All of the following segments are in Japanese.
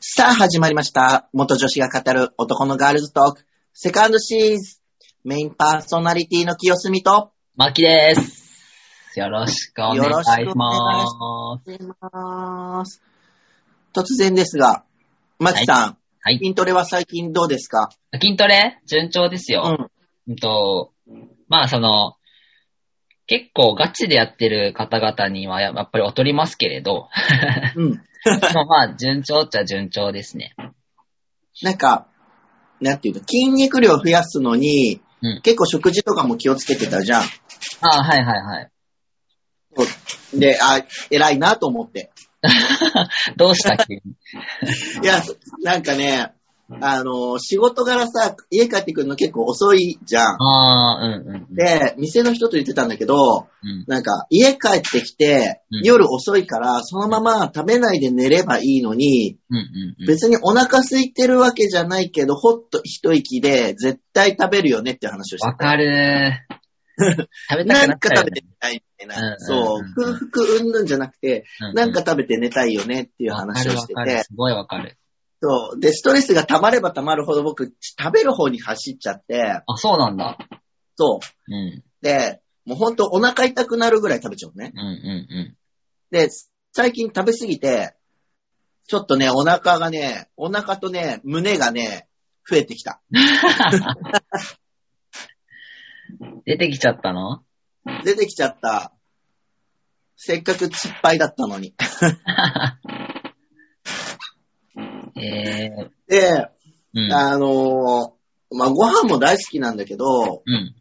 さあ、始まりました。元女子が語る男のガールズトーク、セカンドシーズン。メインパーソナリティの清澄と、マキです。よろしくお願いします。よろしくお願いします。突然ですが、マキさん、はい。筋トレは最近どうですか筋トレ順調ですうよ。ん。うんと、まあその、結構ガチでやってる方々にはややっぱり劣りますけれ ど、うん。でもまあ順調っちゃ順調ですね。なんか、なんていうの、筋肉量増やすのに、うん結構食事とかも気をつけてたじゃん。ああ、はいはいはい。そうで、あ、偉いなと思って。どうした 急に。いや、なんかね、あの、仕事柄さ、家帰ってくるの結構遅いじゃん。ああ、うんうんうん。で、店の人と言ってたんだけど、うんなんか、家帰ってきてう、ん夜遅いから、そのまま食べないで寝ればいいのに、うんうんうん。別にお腹空いてるわけじゃないけど、ほっと一息で、絶対食べるよねって話をしてわた。かるー。食べなたくなっんかたよ食べねて。寝たいみたいな。うんそうう、ん空腹うんぬんじゃなくて、うなんか食べて寝たいよねっていう話をしてわかるわかるて、すごいわかる。そう。で、ストレスが溜まれば溜まるほど僕、食べる方に走っちゃって、あ、そうなんだ。そう。うん。で、もうほんとお腹痛くなるぐらい食べちゃうね。うんうんで、最近食べすぎて、ちょっとね、お腹がね、お腹とね、胸がね、増えてきた。うん。出てきちゃったの出てきちゃった。せっかく失敗だったのに。 えー、で、うん。あのーまあ、ご飯も大好きなんだけど、うん。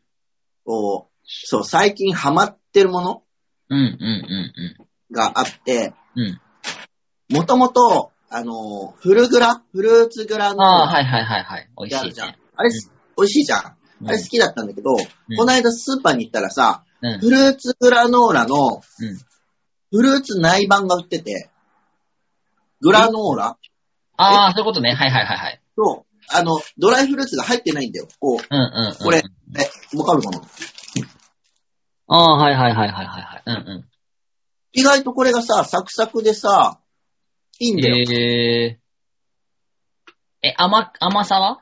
こうそう、最近ハマってるものうん、うん、があって、うん、うん。もともと、あのーフルグラフルーツグラうん。の、ああ、はいはいはいはい。美味あしるいじゃん。ね。あれ、美味しいじゃん。あれ好きだったんだけど、この間スーパーに行ったらさ、うん、うんフルーツグラノーラの、うんフルーツ内板が売ってて、グラノーラああ、そういうことね。はいはいはいはい。と、あの、ドライフルーツが入ってないんだよ。こう、うん、うん、うん。これ。え、わかるかなああ、はいはいはいはいはい。うん、意外とこれがさ、サクサクでさ、いいうんん。だよ。えー、え、甘、甘さは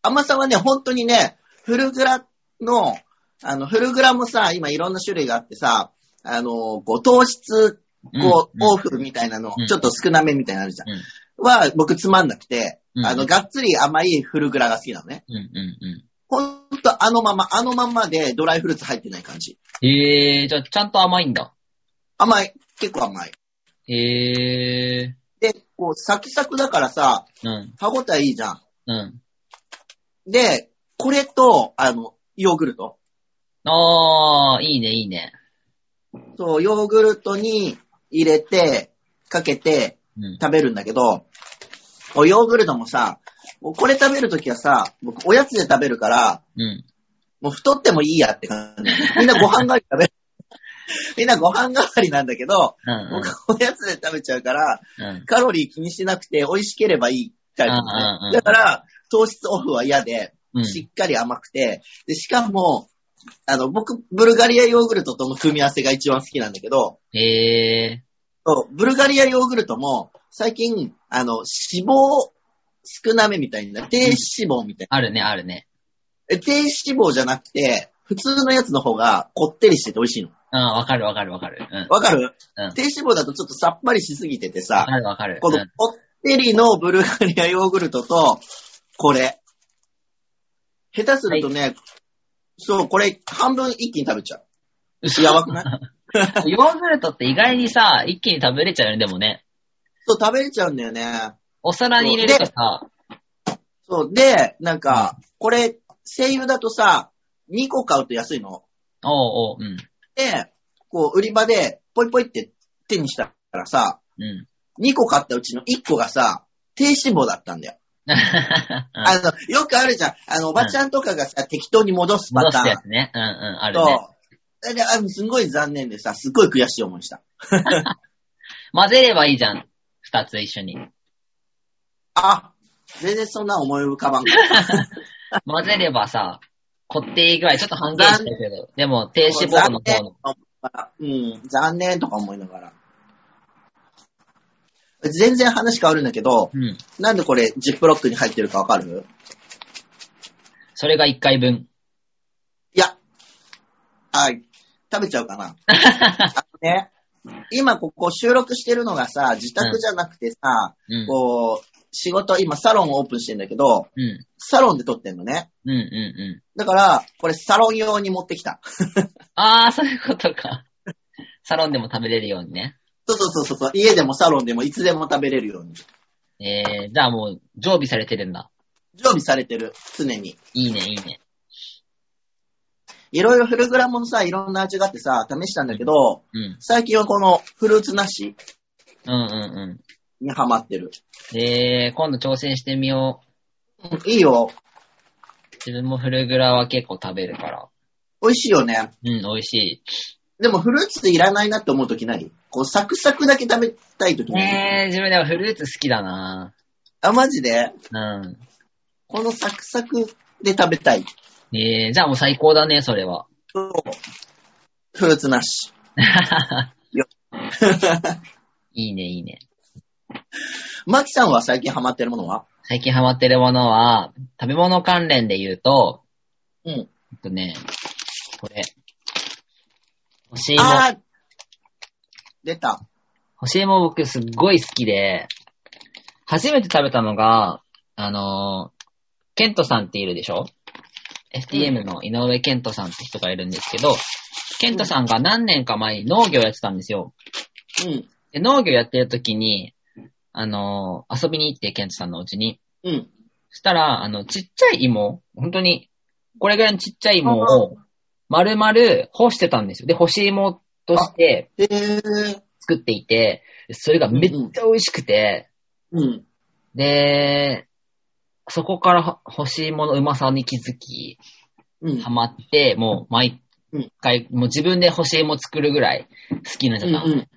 甘さはね、本当にね、フルグラの、あの、フルグラもさ、今いろんな種類があってさ、あの、こう、糖質、こう、オフみたいなのう、んちょっと少なめみたいなのあるじゃん。うんは、僕つまんなくて、うんあの、がっつり甘いフルグラが好きなのね。うん、うん、うほんとあのまま、あのまんまでドライフルーツ入ってない感じ。ん。えー、じゃあちゃんと甘いんだ。甘い。結構甘い。えー、で、こう、サクサクだからさ、うん、歯ごたえいいじゃん。うん。で、これと、あの、ヨーグルト。ああ、いいね、いいね。そう、ヨーグルトに入れて、かけてうん。食べるんだけど、こうヨーグルトもさ、もうこれ食べるときはさ、僕おやつで食べるから、うん。もう太ってもいいやって感じ。みんなご飯代わり食べる。みんなご飯代わりなんだけど、うん。うん僕おやつで食べちゃうから、うん。カロリー気にしなくて美味しければいいタイプなうんうんうのんね。だから、糖質オフは嫌で、うん。しっかり甘くて、で、しかも、あの、僕、ブルガリアヨーグルトとの組み合わせが一番好きなんだけど、ええそうブルガリアヨーグルトも、最近、あの、脂肪少なめみたいな、低脂肪みたいあるね、あるね。な。え低脂肪じゃなくて、普通のやつの方がこってりしてて美味しいの。うん、わかるわかるわかる。うん。わかる、うん低脂肪だとちょっとさっぱりしすぎててわさ、かるわかる。このこってりのブルガリアヨーグルトと、これ。下手するとね、そう、これ半分一気に食べちゃう。やばくないうん ヨーグルトって意外にさ、一気に食べれちゃうよね、でもね。そう、食べれちゃうんだよね。お皿に入れるとさ、そう、で、なんか、これ、声優だとさ、2個買うと安いの。おうおう、うん。で、こう、売り場で、ポイポイって手にしたらさ、うん。 2個買ったうちの1個がさ、低脂肪だったんだよ。あ あの、よくあるじゃん。あの、おばちゃんとかがさ、適当に戻すパ 戻ターすンや。つね。うんうん、あるね。そう。で、あのすごい残念でさ、すごい悔しい思いした。混ぜればいいじゃん。二つ一 緒に。あ、全然そんな思い浮かばんかった。混ぜればさ、こっていいぐらい、ちょっと半減してるけど、でも低脂肪の方の。残念と思いながらうん、残念とか思いながら。全然話変わるんだけど、うん。なんでこれジップロックに入ってるかわかるそれが1回分。いや、あ、食べちゃうかな。あのね、今ここ収録してるのがさ、自宅じゃなくてさ、うん。こう、仕事、今サロンオープンしてんだけど、うん。サロンで撮ってんのね。うん。うん。うだから、これサロン用に持ってきた。ん。ああ、そういうことか。 サロンでも食べれるようにね。そうそうそうそう、家でもサロンでもいつでも食べれるように。えー、じゃあもう、常備されてるんだ。常備されてる、常に。いいね、いいね。いろいろフルグラムのさ、いろんな味があってさ、試したんだけど、うん。最近はこのフルーツなしうんうんにハマってる。うん。えー、今度挑戦してみよう。うんいいよ。自分もフルグラは結構食べるから。美味しいよね。うん、美味しでもフルーツいらないなって思うときないこう、サクサクだけ食べたいときい。ない、ねえ、自分でもフルーツ好きだなあ、マジでうん。このサクサクで食べたい。えー、じゃあもう最高だね、それは。そうフルーツなし。よ いいね、いいね。マキさんは最近ハマってるものは最近ハマってるものは、食べ物関連で言うと、うん。えっとね、これ。干し芋。あー出た。干し芋僕すっごい好きで、初めて食べたのが、あのーケントさんっているでしょ ?FTM の井上ケントさんって人がいるんですけど、ケントさんが何年か前に農業やってたんですよ。うん。で農業やってる時に、あのー遊びに行って、ケントさんのうちに。うん。そしたら、あの、ちっちゃい芋、本当に、これぐらいのちっちゃい芋を、丸々干してたんですよ。で、干し芋としてへー。作っていて、それがめっちゃ美味しくて、うん。で、そこから干し芋のうまさに気づき、うん。ハマって、もう毎回、もう自分で干し芋作るぐらい好きになっちゃったの。うん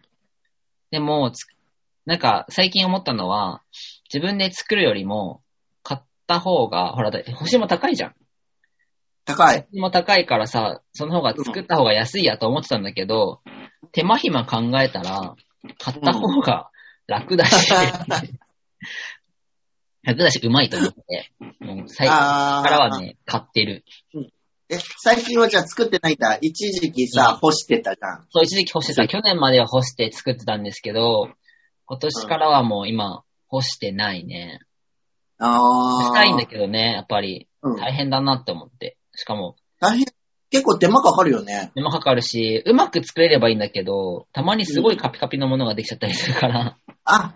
でも、つなんか最近思ったのは、自分で作るよりも、買った方が、ほら、だ干し芋高いじゃん。高い。も高いからさ、その方が作った方が安いやと思ってたんだけど、手間暇考えたら、買った方が楽だし、 楽だし、うまいと思って、もう最近あーからはね、買ってる。え、最近はじゃあ作ってないんだ。一時期うんさ、干してたじゃん。そう、一時期干してた。去年までは干して作ってたんですけど、今年からはもう今、干してないね。あー。したいんだけどね、やっぱりうん大変だなって思って。しかも、大変。結構手間かかるよね。手間かかるし、うまく作れればいいんだけど、たまにすごいカピカピのものができちゃったりするから、あ、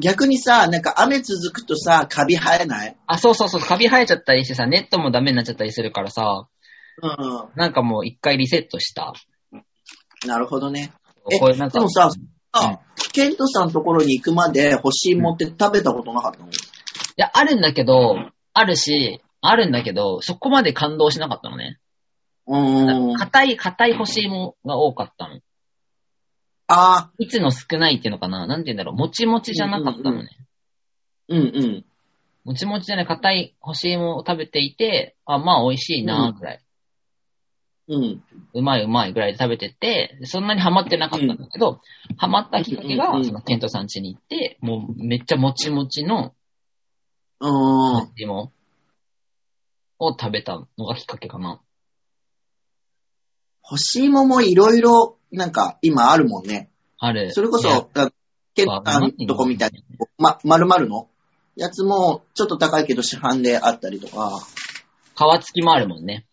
逆にさ、なんか雨続くとさ、カビ生えないあ、そうそうそう、カビ生えちゃったりしてさ、ネットもダメになっちゃったりするからさ、うなんかもう一回リセットした。ん。なるほどね。えこれなんでかも、さ、うんあ、ケントさんのところに行くまで干し芋って食べたことなかったの、いや、あるんだけど、あるし、あるんだけど、そこまで感動しなかったのね。うーん。あ硬い、硬い干し芋が多かったの。あいつの少ないっていうのかななんて言うんだろう。もちもちじゃなかったのね。うんうんー、うんうん。もちもちじゃない、硬い干し芋を食べていて、あ、まあ美味しいな、ぐらい、うん。うまいうまいぐらいで食べてて、そんなにハマってなかったんだけど、ハマったきっかけうんうんが、うんそのケントさん家に行って、もうめっちゃもちもちの、うん。でも、を食べたのがきっかけかな。干し芋もいろいろ、なんか今あるもんね。ある。それこいやそ、あケントさんのとこみたいな、ま、丸々のやつも、ちょっと高いけど市販であったりとか。皮付きもあるもんね。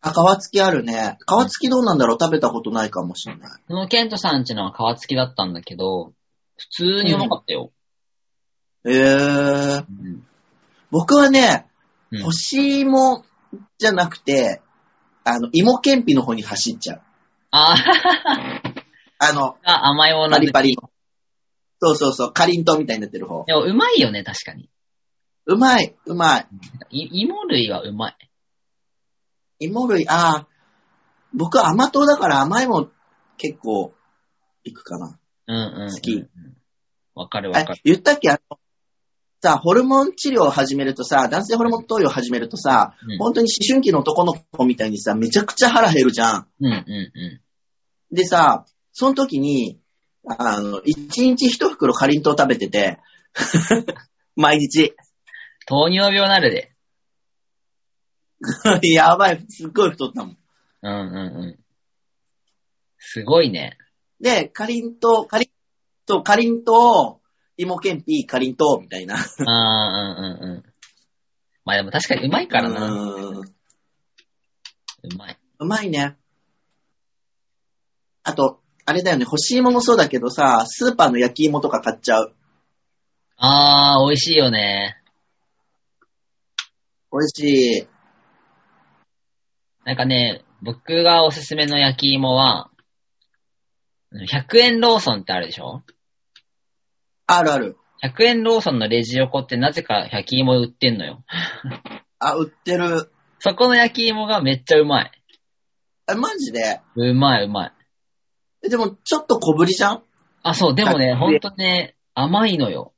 あ、皮付きあるね。皮付きどうなんだろう食べたことないかもしれない。そのケントさんちのは皮付きだったんだけど、普通にうまかったよ。えー、うん。僕はね、うん干し芋じゃなくて、あの、芋けんぴの方に走っちゃう。ああの、あ、甘いものパリパリの。そうそうそう、かりんとうみたいになってる方。でもうまいよね、確かに。うまい、うまい。い芋類はうまい。芋類、ああ、僕は甘党だから甘いも結構いくかな。うんうん。好き。わかるわあかる。言ったっけあの、さ、ホルモン治療を始めるとさ、男性ホルモン投与を始めるとさ、うん本当に思春期の男の子みたいにさ、めちゃくちゃ腹減るじゃん。うんうんうでさ、その時に、あの、一日一袋かりんとう食べてて、 毎日。 糖尿病なるで。やばい、すっごい太ったもん。うんうんうん。すごいね。で、かりんとう、かりんとう、かりんとう、芋けんぴ、かりんとう、みたいな。あー、うんうんうん。まあでも確かにうまいからな。うんうまい。うまいね。あと、あれだよね、欲しいものそうだけどさ、スーパーの焼き芋とか買っちゃう。あー、美味しいよね。美味しい。なんかね、僕がおすすめの焼き芋は、100円ローソンってあるでしょあるある。 100円ローソンのレジ横ってなぜか焼き芋売ってんのよ。あ、売ってる。そこの焼き芋がめっちゃうまい。え、マジでうまいうまい。えでも、ちょっと小ぶりじゃんあ、そう、でもね、 100ほんとね、甘いのよ。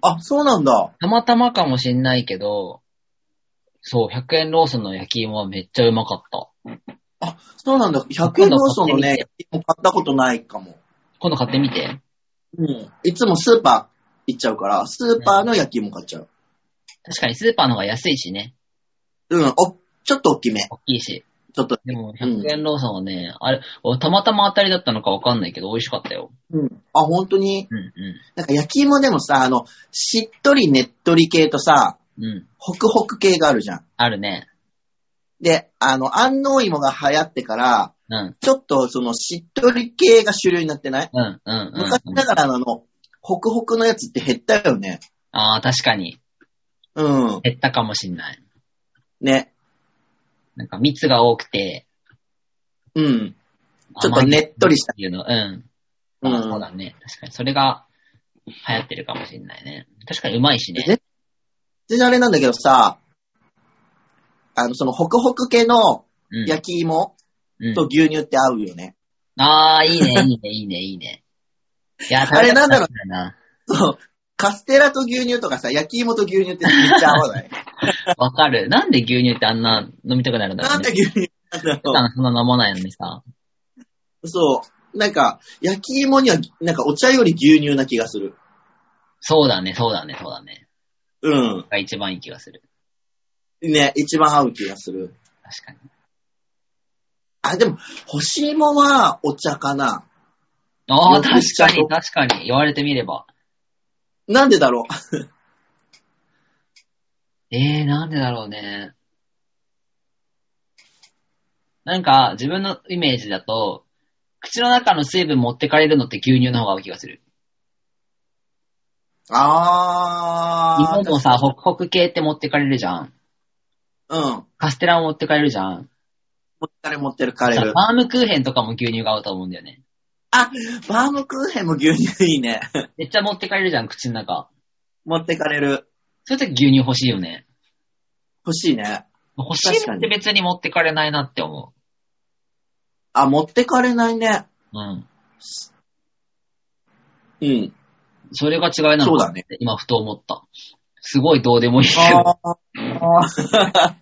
あ、そうなんだ。たまたまかもしんないけど、そう、100円ローソンの焼き芋はめっちゃうまかった。そうなんだ。100円ローソンのね、焼き芋買ったことないかも。今度買ってみて。うん。いつもスーパー行っちゃうから、スーパーの焼き芋買っちゃう。確かにスーパーの方が安いしね。うん、お、ちょっと大きめ。大きいし。ちょっと。でも、うん100円ローソンはね、あれ、おたまたま当たりだったのかわかんないけど、美味しかったよ。うん。あ、本当にうんなんか焼き芋でもさ、あの、しっとりねっとり系とさ、うん。うん。ホクホク系があるじゃん。あるね。で、あの、安納芋が流行ってから、うん。ちょっとそのしっとり系が主流になってないうん、うん、うん昔。ながらのあの、ホクホクのやつって減ったよね。ああ、確かに。うん。減ったかもしんない。ね。なんか蜜が多くて。うん。ちょっと甘いねっとりしたっていうの。うん。うあそうだん。ね。確かに。それが流行ってるかもしんないね。確かにうまいしね。ね全然あれなんだけどさ、あの、そのホクホク系のうん。焼き芋うんと牛乳って合うよね。ああ、いいね、いいね、いいね、いいね。いや、あれなんだろう食べたくなそう。カステラと牛乳とかさ、焼き芋と牛乳ってめっちゃ合わ ない。るな。わかる。なんで牛乳ってあんな飲みたくなるんだろなうんねで。牛乳なんだ普ろ段そんな飲まないのにさ。う。そう。なんか、焼き芋には、なんかお茶より牛乳な気がする。そうだね、そうだね、そうだね。うん。が一番いい気がする。ね、一番合う気がする。確かに。あ、でも、干し芋はお茶かな。ああ、よく確かちゃんに、と確かに。言われてみれば。なんでだろう。ええー、なんでだろうね。なんか、自分のイメージだと、口の中の水分持ってかれるのって牛乳の方が合う気がする。日あ本ー。もさ、ホクホク系って持ってかれるじゃん。うん。カステラも持ってかれるじゃん。持ってる持ってるカレさー。バームクーヘンとかも牛乳が合うと思うんだよね。バームクーヘンも牛乳いいね。 めっちゃ持ってかれるじゃん、口の中。持ってかれる。そういう時牛乳欲しいよね。欲しいね。欲しいのって別に持ってかれないなって思あ、持ってかれないね。う。うん。うん。それが違いなそのうかだっね。て今ふと思った。すごいどうでもいいけど。あ ー。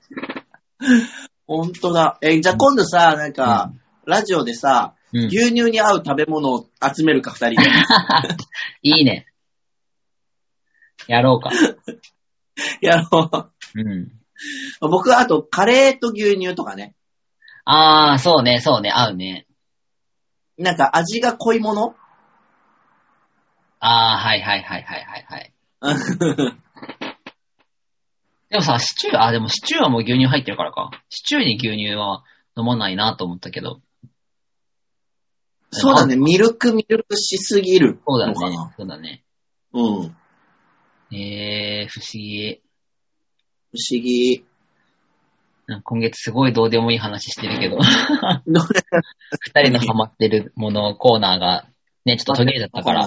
ほんとだ。え、じゃあ今度さ、なんか、ラジオでさ、うん。牛乳に合う食べ物を集めるか、 二人で。いいね。やろうか。やろう。うん。僕はあと、カレーと牛乳とかね。あー、そうね、そうね、合うね。なんか味が濃いものあー、はいはいはいはいはいはい。 でもさ、シチュー、あ、でもシチューはもう牛乳入ってるからか。シチューに牛乳は飲まないなと思ったけど。そうだね。ミルクミルクしすぎるそうだのねかな。。そうだね。うん。不思えー、不思議。議。なんか今月すごいどうでもいい話してるけど、ど れ二人のハマってるものコーナーがね、ちょっと途切れちゃったから、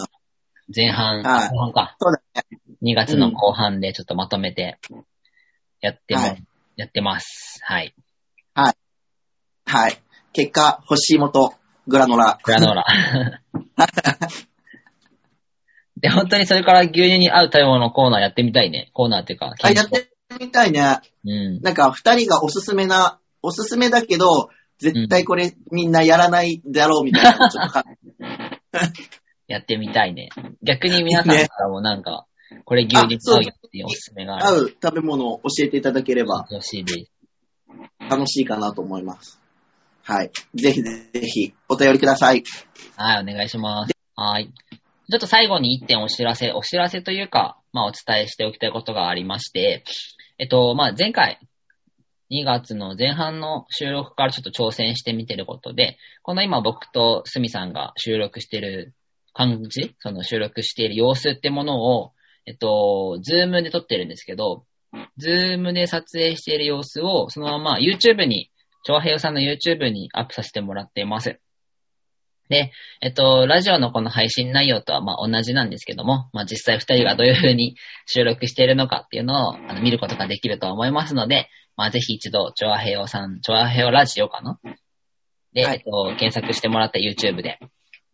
前半、はい後半か、そうだね。 2月の後半でちょっとまとめて、やっても、はいやってます。はい。はい。結果、欲しいもと、グラノラ。グラノーラ。 で、本当にそれから牛乳に合う食べ物のコーナーやってみたいね。コーナーっていうか、あ、やってみたいね。うん。なんか、二人がおすすめな、おすすめだけど、絶対これみんなやらないだろうみたいなのをちょっとか、やってみたいね。逆に皆さんからもなんか、これ牛乳合うよっていうおすすめがあ合る。う食べ物を教えていただければ女子で。楽しいかなと思います。はい。ぜひぜひ、お便りください。はい、お願いします。はい。ちょっと最後に一点お知らせ、お知らせというか、まあお伝えしておきたいことがありまして、えっと、まあ前回、2月の前半の収録からちょっと挑戦してみてることで、この今僕とすみさんが収録してる感じ、その収録している様子ってものを、えっと、ズームで撮ってるんですけど、ズームで撮影している様子を、そのまま YouTube に、長平さんの YouTube にアップさせてもらっています。えっと、ラジオのこの配信内容とはまあ同じなんですけども、まあ実際二人がどういう風に収録しているのかっていうのをあの見ることができると思いますので、まあぜひ一度、チョアヘオさん、チョアヘオラジオかなで、はいえっと、検索してもらって YouTube で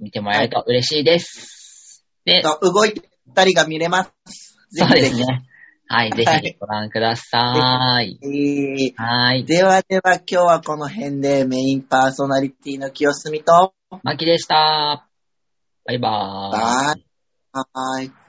見てもらえると嬉しいです。で、と動いて二人が見れます。そうですぜね。 はい、ぜはひいご覧ください。ひぜひ。はい。ではでは今日はこの辺でメインパーソナリティの清澄と、マキでした。バイバーイ。バイバイ。